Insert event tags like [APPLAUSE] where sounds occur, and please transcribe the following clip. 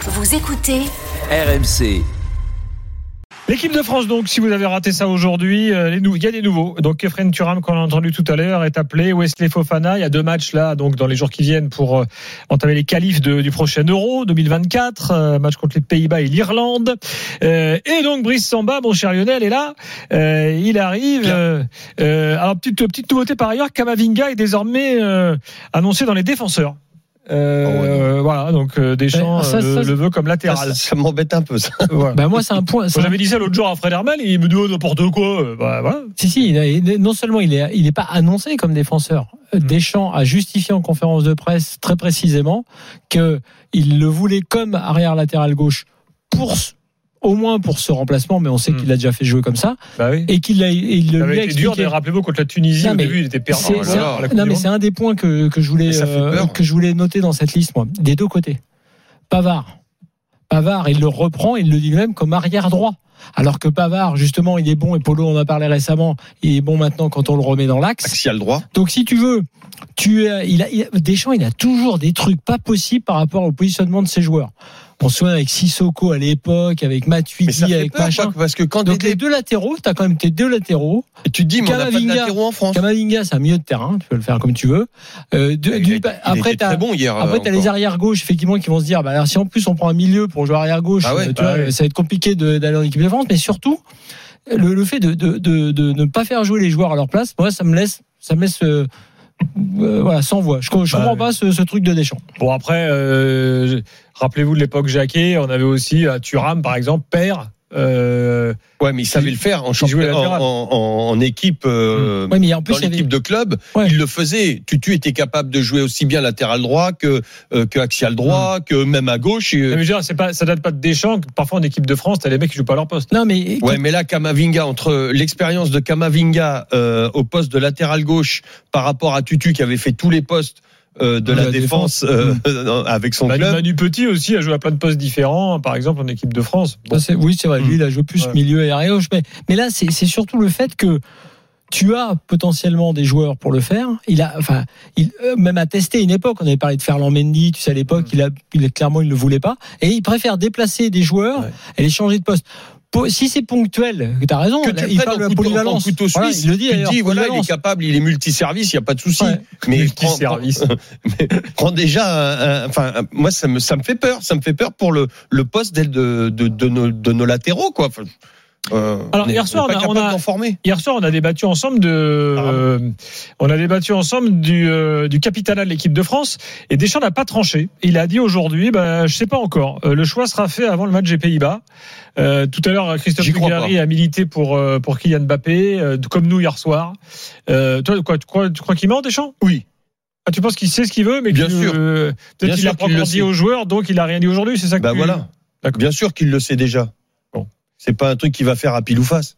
Vous écoutez RMC. L'équipe de France, donc, si vous avez raté ça aujourd'hui, euh, les nou- il y a des nouveaux. Donc, Efren Turam, qu'on a entendu tout à l'heure, est appelé. Wesley Fofana, il y a deux matchs là, donc, dans les jours qui viennent pour euh, entamer les qualifs de- du prochain Euro 2024. euh, match contre les Pays-Bas et l'Irlande. Euh, et donc, Brice Samba, mon cher Lionel, est là. Euh, il arrive. euh, euh, alors, petite, petite nouveauté par ailleurs, Kamavinga est désormais euh, annoncé dans les défenseurs. Euh, Oh, ouais, voilà, donc euh, Deschamps Ben, ça, euh, ça, le, ça- veut comme latéral. Bah, Ça, ça m'embête un peu ça. Voilà. Bah moi c'est un point. c'est Moi, un- J'avais dit ça l'autre jour à Fred Hermel et il me dit oh, n'importe quoi. euh, Bah, voilà. Si si, il est- non seulement il est il est pas annoncé comme défenseur. Mm. Deschamps a justifié en conférence de presse très précisément que il le voulait comme arrière latéral gauche pour ce- au moins pour ce remplacement, mais on sait Mm. qu'il l'a déjà fait jouer comme ça Bah oui. et qu'il l'a- il Ça le avait lui a été dur expliqué. de rappelez-vous contre la Tunisie Non, au mais début il était C'est- perdu. c'est un- non mais c'est un des points que, que je voulais Ça fait euh, peur. que je voulais noter dans cette liste moi des deux côtés. Pavard, Pavard, il le reprend, il le dit lui-même comme arrière droit. Alors que Pavard justement, il est bon et Polo en a parlé récemment, il est bon maintenant quand on le remet dans l'axe. Axial droit. Donc si tu veux, tu as- il a, il a- Deschamps, il a toujours des trucs pas possibles par rapport au positionnement de ses joueurs. On se souvient avec Sissoko à l'époque, avec Mais ça Matuidi, fait avec peur, machin. quoi, parce que quand Donc t'es- les deux latéraux, t'as quand même tes deux latéraux. tu te dis, mais on n'a pas de Camavinga. latéraux en France. Kamavinga, c'est un milieu de terrain, tu peux le faire comme tu veux. Euh, de- Il du- a été- il après, était très t'as bon hier. euh, après, t'as les encore. arrières gauches, effectivement, qui vont se dire, bah, alors, si en plus on prend un milieu pour jouer arrière gauche, euh, Ah ouais, tu ah vois, ouais. ça va être compliqué de- d'aller en équipe de France. Mais surtout, le, le fait de, de, de, de ne pas faire jouer les joueurs à leur place, moi, ça me laisse, ça me laisse, euh, euh, voilà, sans voix. Je, co- je Bah comprends ouais. pas ce, ce truc de Deschamps. Bon après euh, je- rappelez-vous de l'époque Jacquet, on avait aussi à Thuram par exemple père. euh, Ouais, mais il savait le faire en jouait championnat, en, latéral. en- en- en équipe. euh, Hum. Ouais, mais en plus, Dans il y avait- l'équipe de club, Ouais. il le faisait. Tutu était capable de jouer aussi bien latéral droit que, euh, que axial droit, Hum. que même à gauche. Et- mais je Ah, veux dire, c'est pas ça date pas de Deschamps. que Parfois en équipe de France t'as les mecs qui jouent pas leur poste. Non, mais Ouais, mais là, Kamavinga, entre l'expérience de Kamavinga euh, au poste de latéral gauche par rapport à Tutu qui avait fait tous les postes euh, de la, défense, Hum. euh, [LAUGHS] avec Bah, son Manu, club. Manu Petit aussi a joué à plein de postes différents, par exemple en équipe de France. Bon. Ça, c'est- oui, c'est vrai. Lui, il a joué plus Ouais. milieu et arrière gauche. Mais, mais là, c'est c'est surtout le fait que tu as potentiellement des joueurs pour le faire. Il a, enfin, il, euh, même à tester une époque, on avait parlé de Ferland Mendy, tu sais, à l'époque, Mm. il a, il, a- clairement, il ne le voulait pas. Et il préfère déplacer des joueurs Ouais. et les changer de poste. Po- Si c'est ponctuel, t'as raison, que tu Oh, il prennes parle de en la couteau, polyvalence. en couteau suisse, Voilà, il le dit, tu te d'ailleurs, dis, voilà, il est polyvalence. capable, il est multiservice, il n'y a pas de souci. Ouais. Mais Petit prends, [LAUGHS] service. prends- prends déjà, un- un- enfin, un- moi, ça me, ça me fait peur, ça me fait peur pour le, le poste d'aile de, de, de nos, de nos latéraux, quoi. Enfin, euh, Alors, on est- hier soir, on est on pas a- on capable a- d'en former. Hier soir, on a débattu ensemble de, euh, on a débattu ensemble du, euh, du capitanat de l'équipe de France et Deschamps n'a pas tranché. Il a dit aujourd'hui, bah, je sais pas encore. Euh, le choix sera fait avant le match des Pays-Bas. Euh, tout à l'heure, Christophe J'y crois Dugarry a milité pour euh, pour Kylian Mbappé, euh, comme nous hier soir. Euh, toi, quoi, tu crois, tu crois qu'il ment, Deschamps Oui. Ah, tu penses qu'il sait ce qu'il veut, mais Bien que, sûr. euh, Bien peut-être qu'il sûr a pas qu'il le encore dit sait. aux joueurs, donc il a rien dit aujourd'hui. C'est ça que Bah tu- voilà. D'accord. Bien sûr qu'il le sait déjà. Bon. C'est pas un truc qu'il va faire à pile ou face.